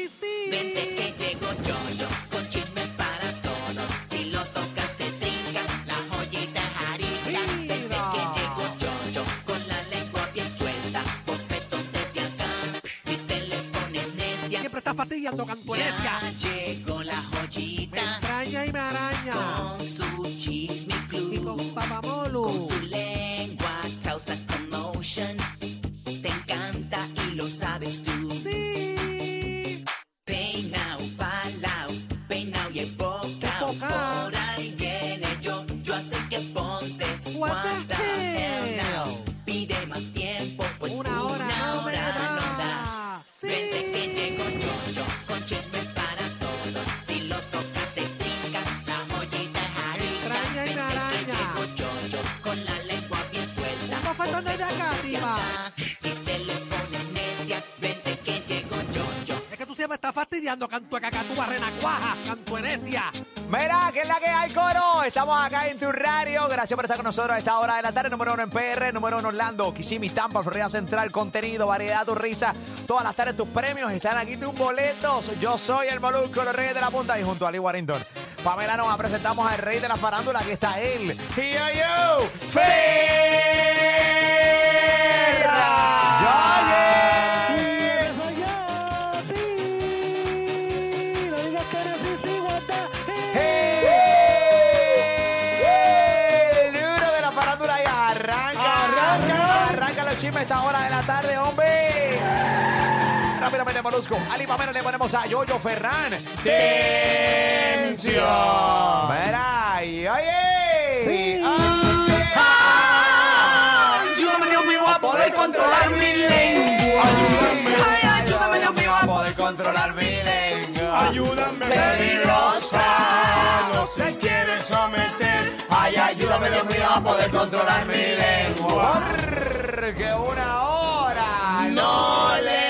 Vente que llegó Yoyo con chisme para todos. Si lo tocas te trinca la joyita jarita. Vente que llegó Yoyo con la lengua bien suelta. Bopeto desde acá, si te le pones necia. Siempre está fastidiando cantuecia. Ya llegó la Me joyita extraña y me araña. con su chisme Y club. con Con papamolu. su lengua causa commotion. Te encanta y lo sabes tú. Sí. Peinao, palao, peinao y embocao. Qué poca. Por ahí viene yo, yo así que ponte. What the What the hell hell? now? Pide más tiempo, pues Una hora no me da. da. Sí. Vente que llego yo, yo, con chisme para todos. Si lo tocas se trinca, la joyita es arica. Extraña y me Vente que araña. llego yo, yo, con la lengua bien suelta. Un bofetón Ponte desde acá, tú de tipa. acá. Si te le pones necia, vente que llego yo, yo. Es que tú siempre estás fastidiando canto a cacatúa, renacuaja, cantuenecia. Mira, que es la que hay, coro. Estamos acá en tu radio. Gracias por estar con nosotros a esta hora de la tarde. Número uno en PR, número uno en Orlando, Kissimmee, Tampa, Florida Central. Contenido, variedad, tu risa. Todas las tardes tus premios están aquí, tus boletos. Yo soy el Molusco, el rey de la punta. Y junto a Lee Warrington, Pamela nos presentamos al rey de la farándula. Aquí está él. Yo, yo, Ferra. Sí, soy yo, sí. No digas que eres sí, guata. ¡Hey! Eh, El libro de la farándula y arranca. Arranca. Arranca los chismes a esta hora de la tarde, hombre. Rápidamente, Molusco. Ali Pamela le ponemos a Yoyo Ferran. ¡Tensión! Mira, y oye. Sí. ¡Ay! Ayúdame Dios mío a poder controlar mi lengua. Ay, ayúdame Dios mío a Poder controlar mi lengua. Ayúdame peligrosa. No se quiere someter. Ay, ayúdame Dios mío a poder controlar mi lengua. Porque una hora No le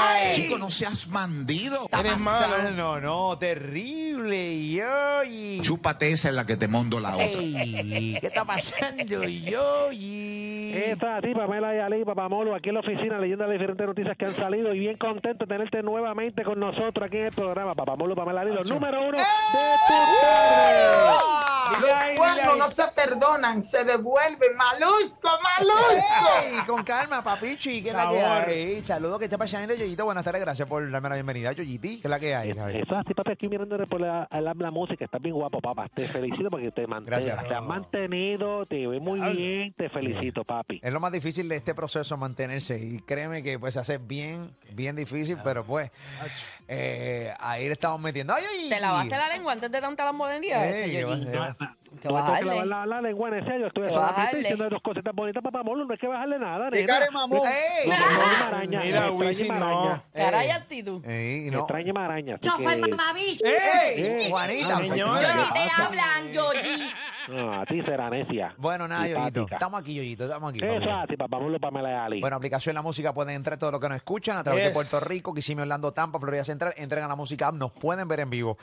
Ay, Chico, no seas mandido. está pasando, no, terrible, yoyi. Chúpate esa en la que te mando la otra. Ey, ¿Qué está pasando, yoyi? Esta tipa, Pamela y Ali, Papamolo, aquí en la oficina leyendo las diferentes noticias que han salido y bien contento de tenerte nuevamente con nosotros aquí en el programa. Papamolo, Pamela y Ali, los número uno de ¡Eh! ¡Uh! tu tarde. Dile ahí, dile Cuando ahí. no se perdonan, se devuelven. ¡Malusco, malusco! Ey, con calma, papichi, ¿qué es la que hay? Saludos, que está pasando, Yoyito? Buenas tardes, gracias por darme la bienvenida, Yoyiti. ¿Qué es la que hay? Javi? Esa tipa te estoy mirando por la, la, la música, estás bien guapo, papá. Te felicito porque te, mantienes, Gracias. te has mantenido, te ves muy bien, te felicito, papi. Eh, Es lo más difícil de este proceso mantenerse y créeme que pues se hace bien, bien difícil, pero pues eh, ahí le estamos metiendo. ¡Ay, ay! ¿Te lavaste la lengua antes de tanta lambonería? Ey, Este, ¿qué Yoyi? va a ser? Que No me tengo que lavar bajarle. la, la lengua, en serio, estoy, Que solamente estoy bajarle. diciendo dos cositas bonitas, papá Molo, no hay que bajarle nada, nena. ¡Ey! Extraña maraña, Mira, extraña Wisin, no. maraña, Eh. Caray, actitud. Ey, no. Extraña maraña. así que- ¡Ey! Juanita. Ey, señora. Yoyi, te pasa? hablan, Yoyi. No, a ti será necia. Bueno, nada, Yoyito. Simpática. Estamos aquí, Yoyito. Estamos aquí. papi. Eso a ti, papá Molo, Pamela y Ali. Bueno, aplicación La Música pueden entrar todos los que nos escuchan a través de Yes. Puerto Rico, Kissimmee, Orlando, Tampa, Florida Central. Entren a La Música App, nos pueden ver en vivo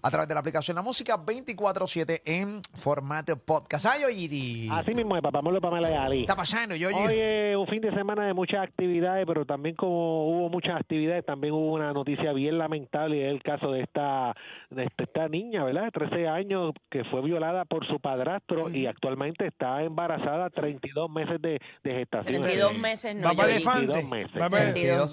a través de la aplicación La Música 24-7 en formato podcast. ¡Ay, Yoyiti! Así mismo es, papá Molo, Pamela y Ali. está pasando, Yoyi? Oye, un fin de semana de muchas actividades, pero también como hubo muchas actividades, también hubo una noticia bien lamentable y es el caso de esta, de esta- esta niña, ¿verdad? De 13 años que fue violada por su padrastro y actualmente está embarazada 32 meses de, de gestación. 32 meses, no, Va para Yoyi. elefante. 22 meses. Va para 22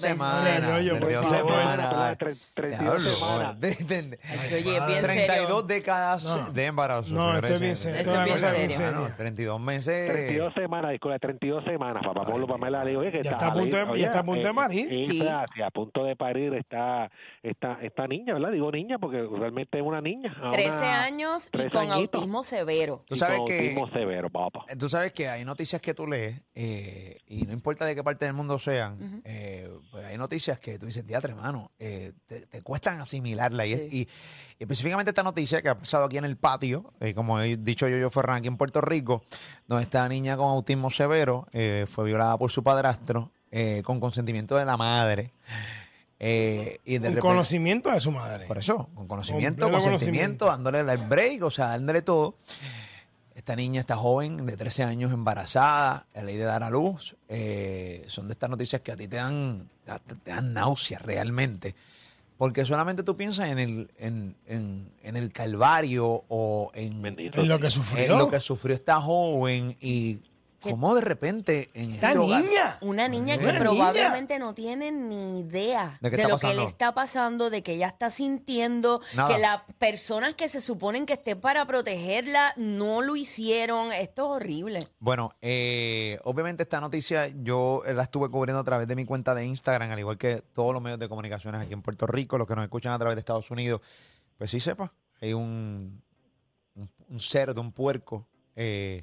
32 semanas. Ay, yo, por 32 favor. semanas. Tre- 32 Diablo, semanas. de- de- de- Ay, Yoyi, es bien 32 serio. décadas No. de embarazo. No, señores, esto es bien señores. serio, esto es Esto es bien cosa bien serio. seria. Hermano, 32 meses. 32 semanas, disculpa, 32 semanas, papá Pablo Pamela le digo, oye, que Ya está a punto de- oye, ya está a punto de parir. sí, Sí. está- sí, eh, a punto de parir está esta, esta niña, ¿verdad? Digo niña porque realmente es una niña. a 13 una- años y Tres con añitos. autismo severo. Tú sabes y con que- autismo severo, papá. Eh, Tú sabes que hay noticias que tú lees eh, y no importa de qué parte del mundo sean, eh, pues hay noticias que tú dices, diatre, hermano, eh, te, te cuestan asimilarla. Y, es- y- y específicamente esta noticia que ha pasado aquí en el patio, eh, como he dicho yo, yo Ferran, aquí en Puerto Rico, donde esta niña con autismo severo eh, fue violada por su padrastro eh, con consentimiento de la madre. eh, y de Un repente- conocimiento de su madre. Por eso, con conocimiento, Con pleno consentimiento, dándole el break, o sea, dándole todo. Esta niña está joven, de 13 años, embarazada, a la idea de dar a luz. eh, son de estas noticias que a ti te dan, te- te dan náuseas realmente. Porque solamente tú piensas en el, en, en- en el calvario o en, Bendito. En lo que en sufrió. lo que sufrió esta joven y cómo de repente en Esta este hogar- niña. Una niña que Una niña. probablemente no tiene ni idea ¿De de, qué está lo que pasando? le está pasando, de que ella está sintiendo, Nada. que las personas que se suponen que estén para protegerla no lo hicieron. Esto es horrible. Bueno, eh, obviamente esta noticia yo eh, la estuve cubriendo a través de mi cuenta de Instagram, al igual que todos los medios de comunicaciones aquí en Puerto Rico, los que nos escuchan a través de Estados Unidos, pues sí sepa, hay un, un, un cerdo, un puerco, eh,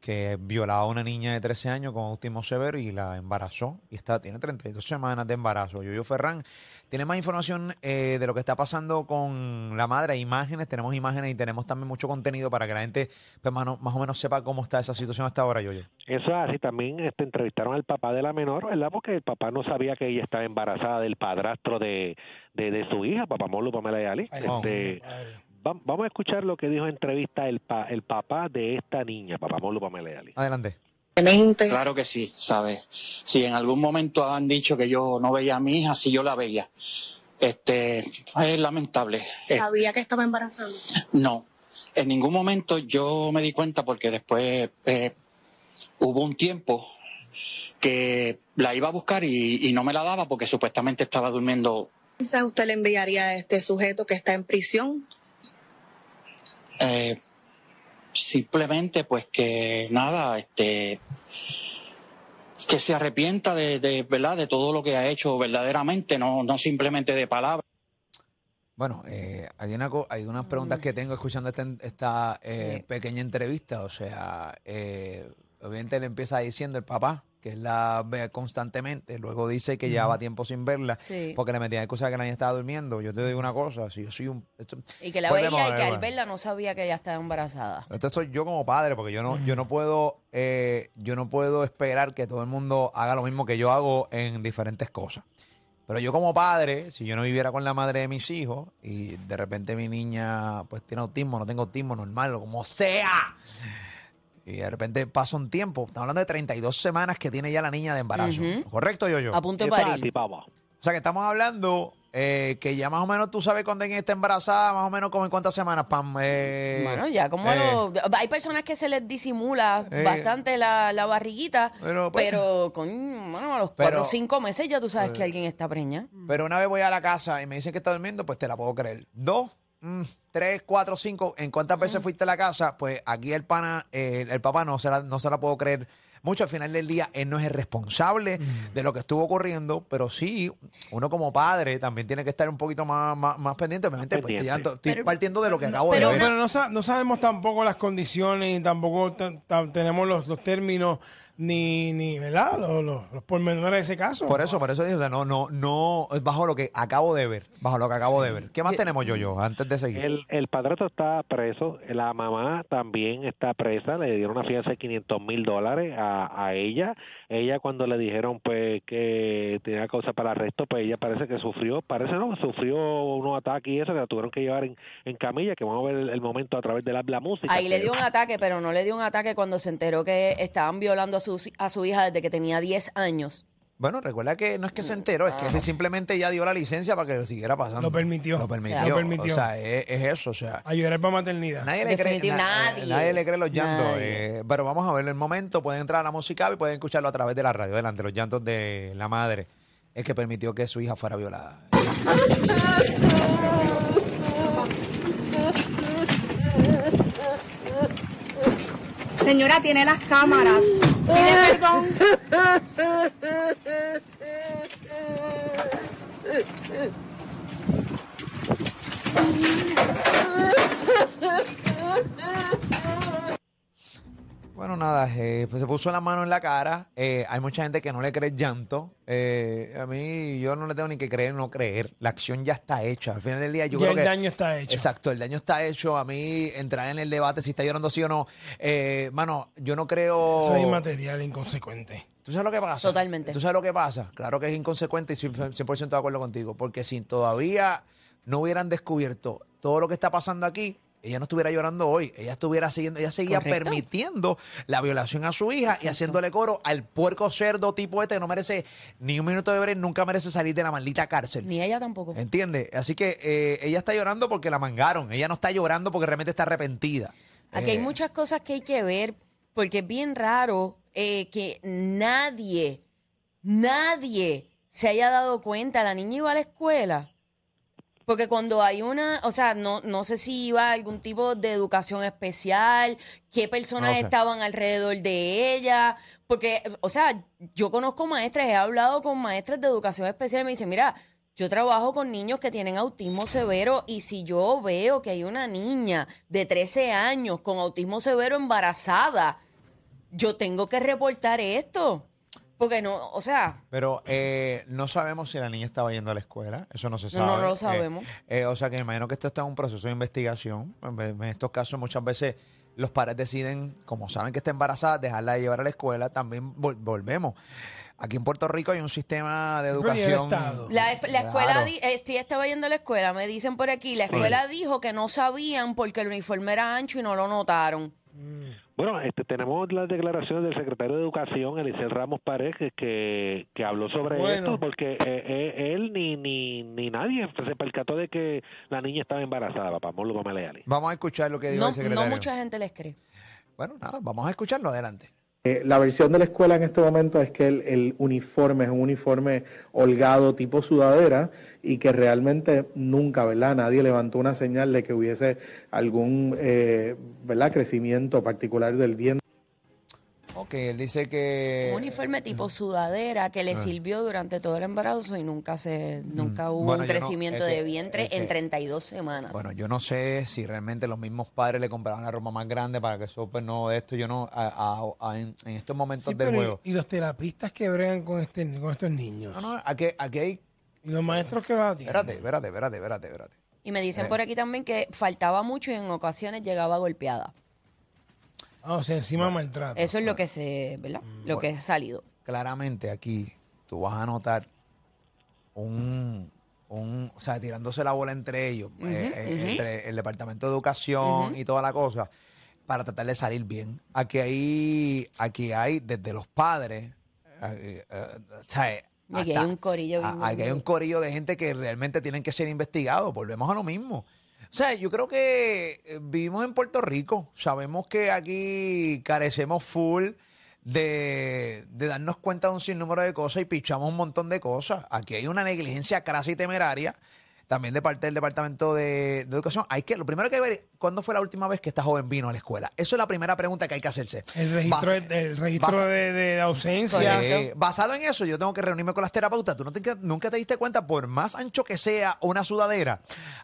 que violaba a una niña de 13 años con autismo severo y la embarazó. Y está, tiene 32 semanas de embarazo. Yoyo Ferran tiene más información eh, de lo que está pasando con la madre. Hay imágenes, tenemos imágenes y tenemos también mucho contenido para que la gente pues, mano- más o menos sepa cómo está esa situación hasta ahora, Yoyo. Eso es así, también este, entrevistaron al papá de la menor, ¿verdad? Porque el papá no sabía que ella estaba embarazada del padrastro de, de, de su hija, papá Molo Pamela y Ali. Ay, Este, padre. va- vamos a escuchar lo que dijo en entrevista el, pa- el papá de esta niña, papá Molo Pamela y Ali. Adelante. Claro que sí, ¿sabes? Si en algún momento han dicho que yo no veía a mi hija, si yo la veía. Este, es lamentable. Eh, Sabía que estaba embarazada. no, en ningún momento yo me di cuenta porque después eh, hubo un tiempo que la iba a buscar y, y no me la daba porque supuestamente estaba durmiendo. Quizás usted le enviaría a este sujeto que está en prisión. eh, simplemente pues que nada, este que se arrepienta de, de, verdad de todo lo que ha hecho verdaderamente, no, no simplemente de palabras. Bueno, eh, hay, una, co- hay unas preguntas que tengo escuchando esta, en- esta eh, Sí. pequeña entrevista. O sea, eh, obviamente le empieza diciendo el papá que la ve constantemente. Luego dice que llevaba tiempo sin verla Sí. porque le metía de cosas que la niña estaba durmiendo. Yo te digo una cosa, si yo soy un... Esto, Y que la Volvemos a veía y ver, que al bueno. verla no sabía que ella estaba embarazada. esto soy yo como padre porque yo no, yo no puedo eh, yo no puedo esperar que todo el mundo haga lo mismo que yo hago en diferentes cosas. Pero yo como padre, si yo no viviera con la madre de mis hijos y de repente mi niña pues tiene autismo, no tengo autismo normal o como sea. Y de repente pasa un tiempo, estamos hablando de 32 semanas que tiene ya la niña de embarazo. Ujú. ¿Correcto, yo, yo? A punto de Eso es parir. así, papá. O sea que estamos hablando eh, que ya más o menos tú sabes cuando alguien está embarazada, más o menos como en cuántas semanas, Pam. Eh, Bueno, ya como eh, lo- hay personas que se les disimula Eh. bastante la, la barriguita, Pero, pero, pues, con bueno, a los pero- eh. cuatro o cinco meses ya tú sabes que alguien está preña. Pero una vez voy a la casa y me dicen que está durmiendo, pues te la puedo creer. Dos, mm, tres, cuatro, cinco. ¿En cuántas veces fuiste a la casa? Pues aquí el pana, eh, el, papá no se, la, no se la puedo creer. Mucho al final del día, él no es el responsable de lo que estuvo ocurriendo, pero sí, uno como padre también tiene que estar un poquito más, más, más pendiente. Obviamente, pues, ya Pendiente. to- estoy Pero- partiendo de lo que acabo pero de ver. Pero no, sa- no sabemos tampoco las condiciones y tampoco ta- ta- tenemos los, los términos ni, ni ¿verdad? Los, los, los pormenores de ese caso. Por eso, por eso dije, o sea, no, no, no, bajo lo que acabo de ver, bajo lo que acabo de ver. ¿Qué más Que- tenemos, yo, yo, antes de seguir? El, el padrastro está preso, la mamá también está presa, le dieron una fianza de 500 mil dólares a, a ella. Ella cuando le dijeron pues que tenía causa para arresto, pues ella parece que sufrió, parece no, sufrió unos ataques y eso, que la tuvieron que llevar en, en camilla, que vamos a ver el, el momento a través de la, la música. Ahí le que- dio un ataque, pero no le dio un ataque cuando se enteró que estaban violando a su, a su hija desde que tenía 10 años. Bueno, recuerda que no es que Mm, se enteró, es que simplemente ya dio la licencia para que lo siguiera pasando. Lo permitió. Lo permitió. Lo permitió. O sea, es, es eso. O sea, Ayudar para maternidad. nadie le, cree, eh, Definitivo, nadie. le cree los llantos. Nadie. eh, pero vamos a ver el momento. Pueden entrar a la música y pueden escucharlo a través de la radio. Delante, los llantos de la madre. El que permitió que su hija fuera violada. Señora, tiene las cámaras. Pide perdón. Bueno, nada, eh, pues se puso la mano en la cara. eh, hay mucha gente que no le cree el llanto. eh, a mí yo no le tengo ni que creer, no creer. La acción ya está hecha. Al final del día yo Ya creo el que... daño está hecho. Exacto, el daño está hecho. A mí entrar en el debate si está llorando sí o no. eh, mano, yo no creo... Eso es inmaterial, inconsecuente. ¿Tú sabes lo que pasa? Totalmente. ¿Tú sabes lo que pasa? Claro que es inconsecuente y 100% de acuerdo contigo, porque si todavía no hubieran descubierto todo lo que está pasando aquí, ella no estuviera llorando hoy, ella estuviera siguiendo, ella seguía Correcto. permitiendo la violación a su hija y Exacto. haciéndole coro al puerco cerdo tipo este que no merece ni un minuto de break, nunca merece salir de la maldita cárcel. Ni ella tampoco. ¿Entiendes? Así que eh, ella está llorando porque la mangaron, ella no está llorando porque realmente está arrepentida. Aquí hay Eh, muchas cosas que hay que ver, porque es bien raro eh, que nadie, nadie se haya dado cuenta. La niña iba a la escuela. Porque cuando hay una, o sea, no, no sé si iba a algún tipo de educación especial, qué personas No sé. estaban alrededor de ella, porque, o sea, yo conozco maestras, he hablado con maestras de educación especial y me dicen, mira, yo trabajo con niños que tienen autismo severo y si yo veo que hay una niña de 13 años con autismo severo embarazada, yo tengo que reportar esto. Porque no, o sea, Pero eh, no sabemos si la niña estaba yendo a la escuela, eso no se No, sabe. no lo Eh, sabemos. eh, o sea que me imagino que esto está en un proceso de investigación. En ve- en estos casos muchas veces los padres deciden, como saben que está embarazada, dejarla de llevar a la escuela. También vol- volvemos. Aquí en Puerto Rico hay un sistema de Pero y el educación. Estado. La, la escuela, Claro. di- eh, sí, estaba yendo a la escuela, me dicen por aquí, la escuela dijo que no sabían porque el uniforme era ancho y no lo notaron. Bueno, este, tenemos las declaraciones del secretario de Educación, Elisel Ramos Pared, que, que, que habló sobre Bueno. esto, porque eh, eh, él ni, ni, ni nadie se percató de que la niña estaba embarazada, papá, Molo Pamaleali. Vamos a escuchar lo que dijo No, el secretario. no mucha gente les cree. Bueno, nada, vamos a escucharlo adelante. Eh, la versión de la escuela en este momento es que el, el uniforme es un uniforme holgado tipo sudadera y que realmente nunca, ¿verdad? Nadie levantó una señal de que hubiese algún, eh, ¿verdad? Crecimiento particular del diente. Ok, él dice que. Un uniforme eh, tipo sudadera que le sirvió durante todo el embarazo y nunca se nunca hubo Mm. Bueno, un yo no- crecimiento es que- de vientre es que- en 32 semanas. Bueno, yo no sé si realmente los mismos padres le compraban la ropa más grande para que eso, pues no, de esto yo no, a- a- a- en, en estos momentos Sí, del pero y- juego. y, los terapistas que bregan con, este, con estos No, niños. no, aquí, aquí hay, Y los maestros que los atienden. espérate, espérate, espérate, espérate, espérate. y me eh. dicen por aquí también que faltaba mucho y en ocasiones llegaba golpeada. Ah, o sea, encima maltrato. Eso es lo que se, ¿verdad? Lo que ha salido. Claramente aquí tú vas a notar un, un o sea, tirándose la bola entre ellos, eh, eh, entre el Departamento de Educación y toda la cosa, para tratar de salir bien. Aquí hay, aquí hay desde los padres, eh, eh, ¿sabes? Y aquí hay Hasta- un corillo bien a- Aquí hay un corillo de gente que realmente tienen que ser investigados. Volvemos a lo mismo. O sea, yo creo que eh, vivimos en Puerto Rico. Sabemos que aquí carecemos full de, de darnos cuenta de un sinnúmero de cosas y pichamos un montón de cosas. Aquí hay una negligencia crasa y temeraria. También de parte del Departamento de, de Educación. Hay que, lo primero que hay que ver es cuándo fue la última vez que esta joven vino a la escuela. Eso es la primera pregunta que hay que hacerse. El registro, Bas- de- el registro bas- de, de Sí, ausencia. eh, basado en eso, yo tengo que reunirme con las terapeutas. Tú no te- nunca te diste cuenta, por más ancho que sea una sudadera,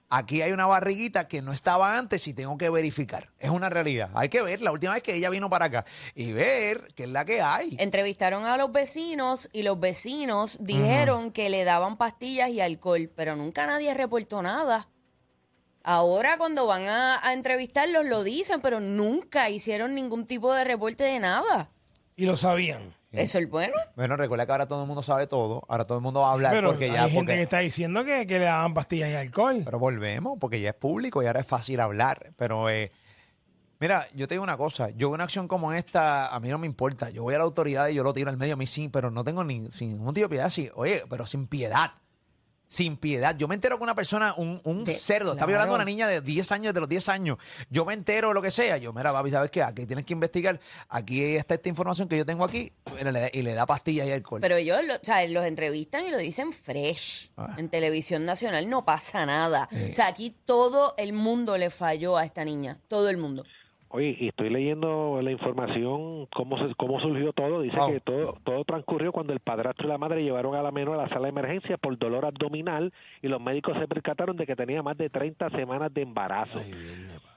aquí hay una barriguita que no estaba antes y tengo que verificar. Es una realidad. Hay que ver la última vez que ella vino para acá y ver qué es la que hay. Entrevistaron a los vecinos y los vecinos dijeron que le daban pastillas y alcohol, pero nunca nadie reportó nada. Ahora cuando van a, a entrevistarlos lo dicen, pero nunca hicieron ningún tipo de reporte de nada. Y lo sabían. Eso es bueno. Bueno, recuerda que ahora todo el mundo sabe todo. Ahora todo el mundo va a hablar Pero porque hay ya. gente porque- que está diciendo que, que le daban pastillas y alcohol. Pero volvemos, porque ya es público y ahora es fácil hablar. Pero eh, mira, yo te digo una cosa, yo una acción como esta, a mí no me importa. Yo voy a la autoridad y yo lo tiro al medio, a mí sí, pero no tengo ni, sin ningún tipo de piedad. Sí, oye, pero sin piedad. Sin piedad. Yo me entero que una persona, un, un De- cerdo, está claro. violando a una niña de 10 años, de los 10 años. Yo me entero lo que sea. Yo, mira, papi, ¿sabes qué? Aquí tienes que investigar. Aquí está esta información que yo tengo aquí Mira, le da- y le da pastillas y alcohol. Pero ellos lo- o sea, los entrevistan y lo dicen fresh. Ah. En televisión nacional no pasa nada. O sea, aquí todo el mundo le falló a esta niña, todo el mundo. Oye, y estoy leyendo la información, cómo, se- cómo surgió todo. Dice Wow. que todo, todo transcurrió cuando el padrastro y la madre llevaron a la menor a la sala de emergencia por dolor abdominal y los médicos se percataron de que tenía más de 30 semanas de embarazo.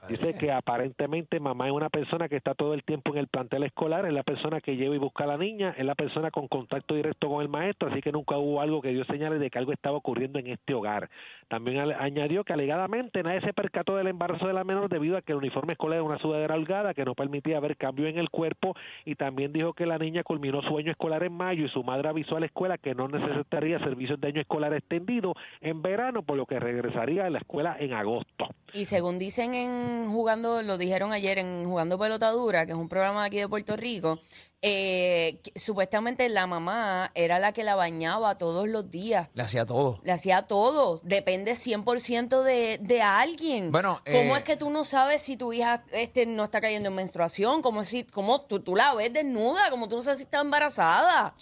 Dice que aparentemente mamá es una persona que está todo el tiempo en el plantel escolar, es la persona que lleva y busca a la niña, es la persona con contacto directo con el maestro, así que nunca hubo algo que dio señales de que algo estaba ocurriendo en este hogar. También ale- añadió que alegadamente nadie se percató del embarazo de la menor debido a que el uniforme escolar era una sudadera holgada que no permitía ver cambio en el cuerpo y también dijo que la niña culminó su año escolar en mayo y su madre avisó a la escuela que no necesitaría servicios de año escolar extendido en verano, por lo que regresaría a la escuela en agosto. Y según dicen en jugando, lo dijeron ayer en Jugando Pelotadura, que es un programa de aquí de Puerto Rico, eh, que supuestamente la mamá era la que la bañaba todos los días. Le hacía todo. Le hacía todo, depende 100% de, de alguien. Bueno, ¿Cómo eh, es que tú no sabes si tu hija este, no está cayendo en menstruación? ¿Cómo, si, cómo tú, tú la ves desnuda? ¿Cómo tú no sabes si está embarazada?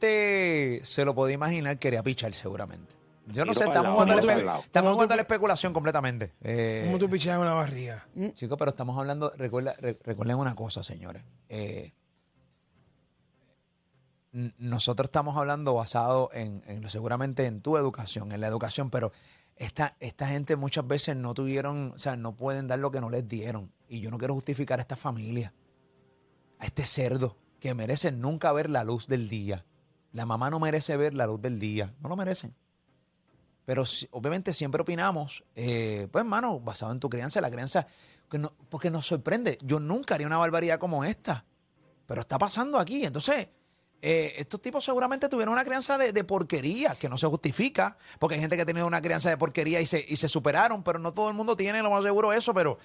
Seguramente se lo podía imaginar, quería pichar seguramente. Yo no Tiro sé, pa'l estamos lado, jugando, a tiro la pa'l espe- lado. estamos jugando a la especulación completamente. Eh, ¿Cómo tú pichas en una barriga? Chicos, pero estamos hablando, recuerda, re- recuerden una cosa, señores. Eh, n- nosotros estamos hablando basado en, en- seguramente en tu educación, en la educación, pero esta, esta gente muchas veces no tuvieron, o sea, no pueden dar lo que no les dieron. Y yo no quiero justificar a esta familia, a este cerdo que merece nunca ver la luz del día. La mamá no merece ver la luz del día, no lo merecen. Pero si- obviamente siempre opinamos, eh, pues hermano, basado en tu crianza, la crianza, que no- porque nos sorprende. Yo nunca haría una barbaridad como esta, pero está pasando aquí. Entonces, eh, estos tipos seguramente tuvieron una crianza de, de porquería, que no se justifica, porque hay gente que ha tenido una crianza de porquería y se, y se superaron, pero no todo el mundo tiene lo más seguro eso, pero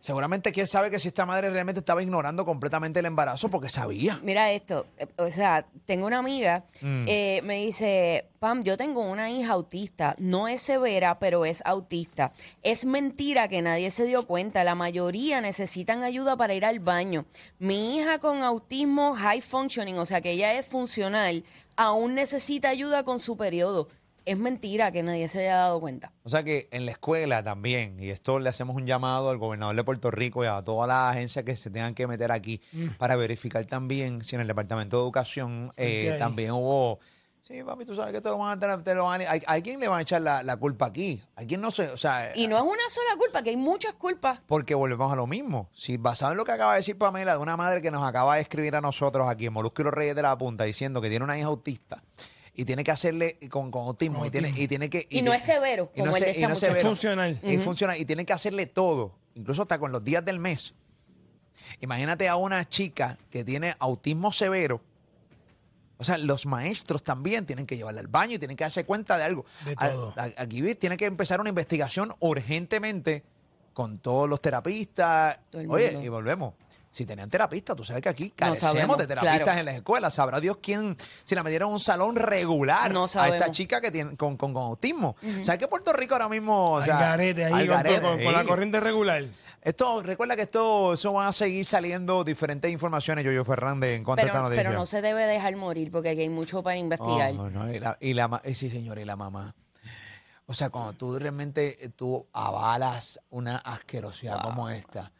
seguramente quién sabe que si esta madre realmente estaba ignorando completamente el embarazo porque sabía. Mira esto, eh, o sea, tengo una amiga, Mm. eh, me dice, Pam, yo tengo una hija autista, no es severa, pero es autista. Es mentira que nadie se dio cuenta, la mayoría necesitan ayuda para ir al baño. Mi hija con autismo high functioning, o sea que ella es funcional, aún necesita ayuda con su periodo. Es mentira que nadie se haya dado cuenta. O sea que en la escuela también, y esto le hacemos un llamado al gobernador de Puerto Rico y a todas las agencias que se tengan que meter aquí para verificar también si en el Departamento de Educación eh, ¿Qué hay? también hubo... Sí, papi, tú sabes que te lo van a... tener- Te lo van a, a, a quién le van a echar la, la culpa aquí? ¿A quién no sé? O sea, Y no es una sola culpa, que hay muchas culpas. porque volvemos a lo mismo. Si basado en lo que acaba de decir Pamela, de una madre que nos acaba de escribir a nosotros aquí en Molusco y los Reyes de la Punta, diciendo que tiene una hija autista y tiene que hacerle con, con autismo, y, tiene, y tiene que... Y no ti- es severo, Y no como es, el de se- esta y no es muchacha. severo. Es funcional. Es Ujú. funcional y tiene que hacerle todo, incluso hasta con los días del mes. Imagínate a una chica que tiene autismo severo. O sea, los maestros también tienen que llevarla al baño y tienen que darse cuenta de algo. De A- todo. a- Aquí vi- tiene que empezar una investigación urgentemente con todos los terapistas. Todo el Oye, mundo. y volvemos. Si tenían terapista, tú sabes que aquí carecemos sabemos, de terapistas claro. en las escuelas. Sabrá Dios quién, si la metieron en un salón regular No a esta sabemos. chica que tiene con, con- con autismo. ¿Sabes que Puerto Rico ahora mismo? O sea, al garete ahí, al con- garete, con, con la sí. corriente regular. Esto, recuerda que esto, eso van a seguir saliendo diferentes informaciones, Yoyo Fernández, en cuanto a esta Pero, noticia. pero no se debe dejar morir porque aquí hay mucho para investigar. Ah, No, no, no, y la, y la ma- eh, sí, señor, y la mamá. O sea, cuando tú realmente eh, tú avalas una asquerosidad como esta,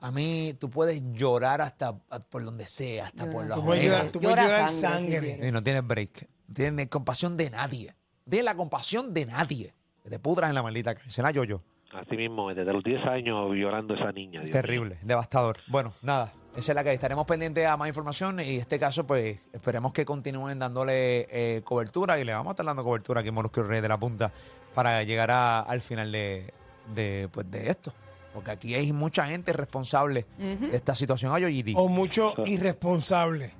a mí tú puedes llorar hasta a- por donde sea, hasta por la Tú puedes llorar- tú puedes Llora llorar sangre, sangre. si quieres. Y no tienes break. No tienes compasión de nadie. No tienes la compasión de nadie. Que te pudras en la maldita cárcel. Ah, yo, yo. Así mismo, desde los 10 años violando a esa niña. Dios Terrible, devastador. Bueno, nada, esa es la que hay. estaremos pendientes a más información y este caso, pues esperemos que continúen dándole eh, cobertura y le vamos a estar dando cobertura aquí en Molusco y Rey de la Punta para llegar a- al final de, de, pues, de esto. Porque aquí hay mucha gente responsable Ujú. Oh. de esta situación. Ay, oye, O mucho irresponsable.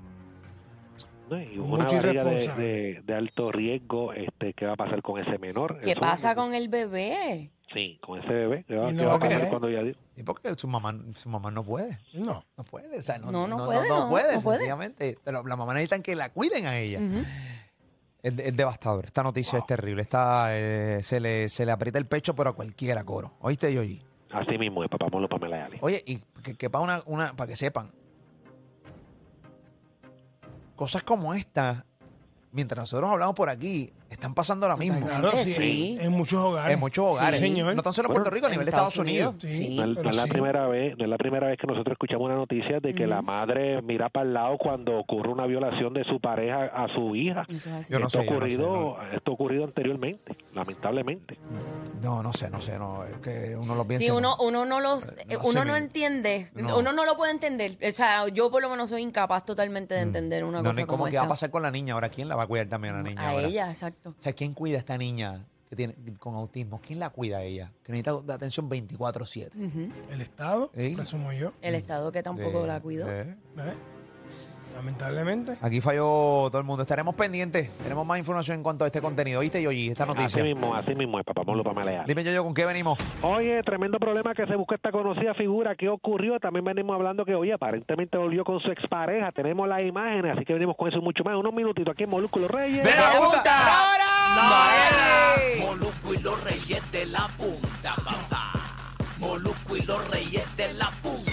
mío. Y Una Mucho barriga de, irresponsable. de- de alto riesgo, este, ¿qué va a pasar con ese menor? ¿Qué Eso- pasa con el bebé? Sí, con ese bebé. ¿Qué va, Y no qué va va a a pasar creer. cuando ya diga? ¿Y por qué su mamá, su mamá no puede? No. No puede, o sea, no, No, no, no no- puede, no no, puede, no puede. sencillamente. Pero la mamá necesitan que la cuiden a ella. Ujú. Es, es devastador. Esta noticia es terrible. Esta, eh, se, le, se le aprieta el pecho, pero a cualquiera, coro. ¿Oíste, Yoyi? Así mismo es, papá Molo Pamela y Ali. Oye, y que, para una, una- para que sepan. Cosas como esta, mientras nosotros hablamos por aquí, Están pasando ahora mismo. Claro, sí, sí. en- en muchos hogares. En muchos hogares. Sí, señor. No tan solo en Puerto Rico, a nivel de Estados Unidos. no, es- no es la primera vez, no es la primera vez que nosotros escuchamos una noticia de que la madre mira para el lado cuando ocurre una violación de su pareja a su hija. Yo no esto sé, yo no ocurrido, esto ha ocurrido anteriormente, lamentablemente. No, no sé, no sé, no, es que uno lo piensa. Sí, uno, uno no los, eh, no sé, uno mi- no entiende, no. uno no lo puede entender. O sea, yo por lo menos soy incapaz totalmente de entender una Mm. no, cosa ni como cómo qué va a esta. Mm, pasar con la niña ahora. ¿Quién la va a cuidar también a la niña A ahora? ella, exacto. O sea, ¿quién cuida a esta niña que tiene con autismo? ¿Quién la cuida a ella? Que necesita de atención 24-7. Ujú. El Estado, ¿Eh? presumo yo. El Estado que tampoco Eh, la cuidó. eh. ¿eh? Lamentablemente. Aquí falló todo el mundo. Estaremos pendientes. Tenemos más información en cuanto a este contenido. ¿Viste, Yoyi? Esta Así noticia. mismo, así mismo es, papá Pablo Pamalear. Dime, Yoyo, ¿con qué venimos? Oye, tremendo problema que se busca esta conocida figura. ¿Qué ocurrió? También venimos hablando que, oye, aparentemente volvió con su expareja. Tenemos las imágenes, así que venimos con eso y mucho más. Unos minutitos aquí en Molúsculo Reyes. Moluco y los reyes de la punta, papá. Moluco y los reyes de la punta.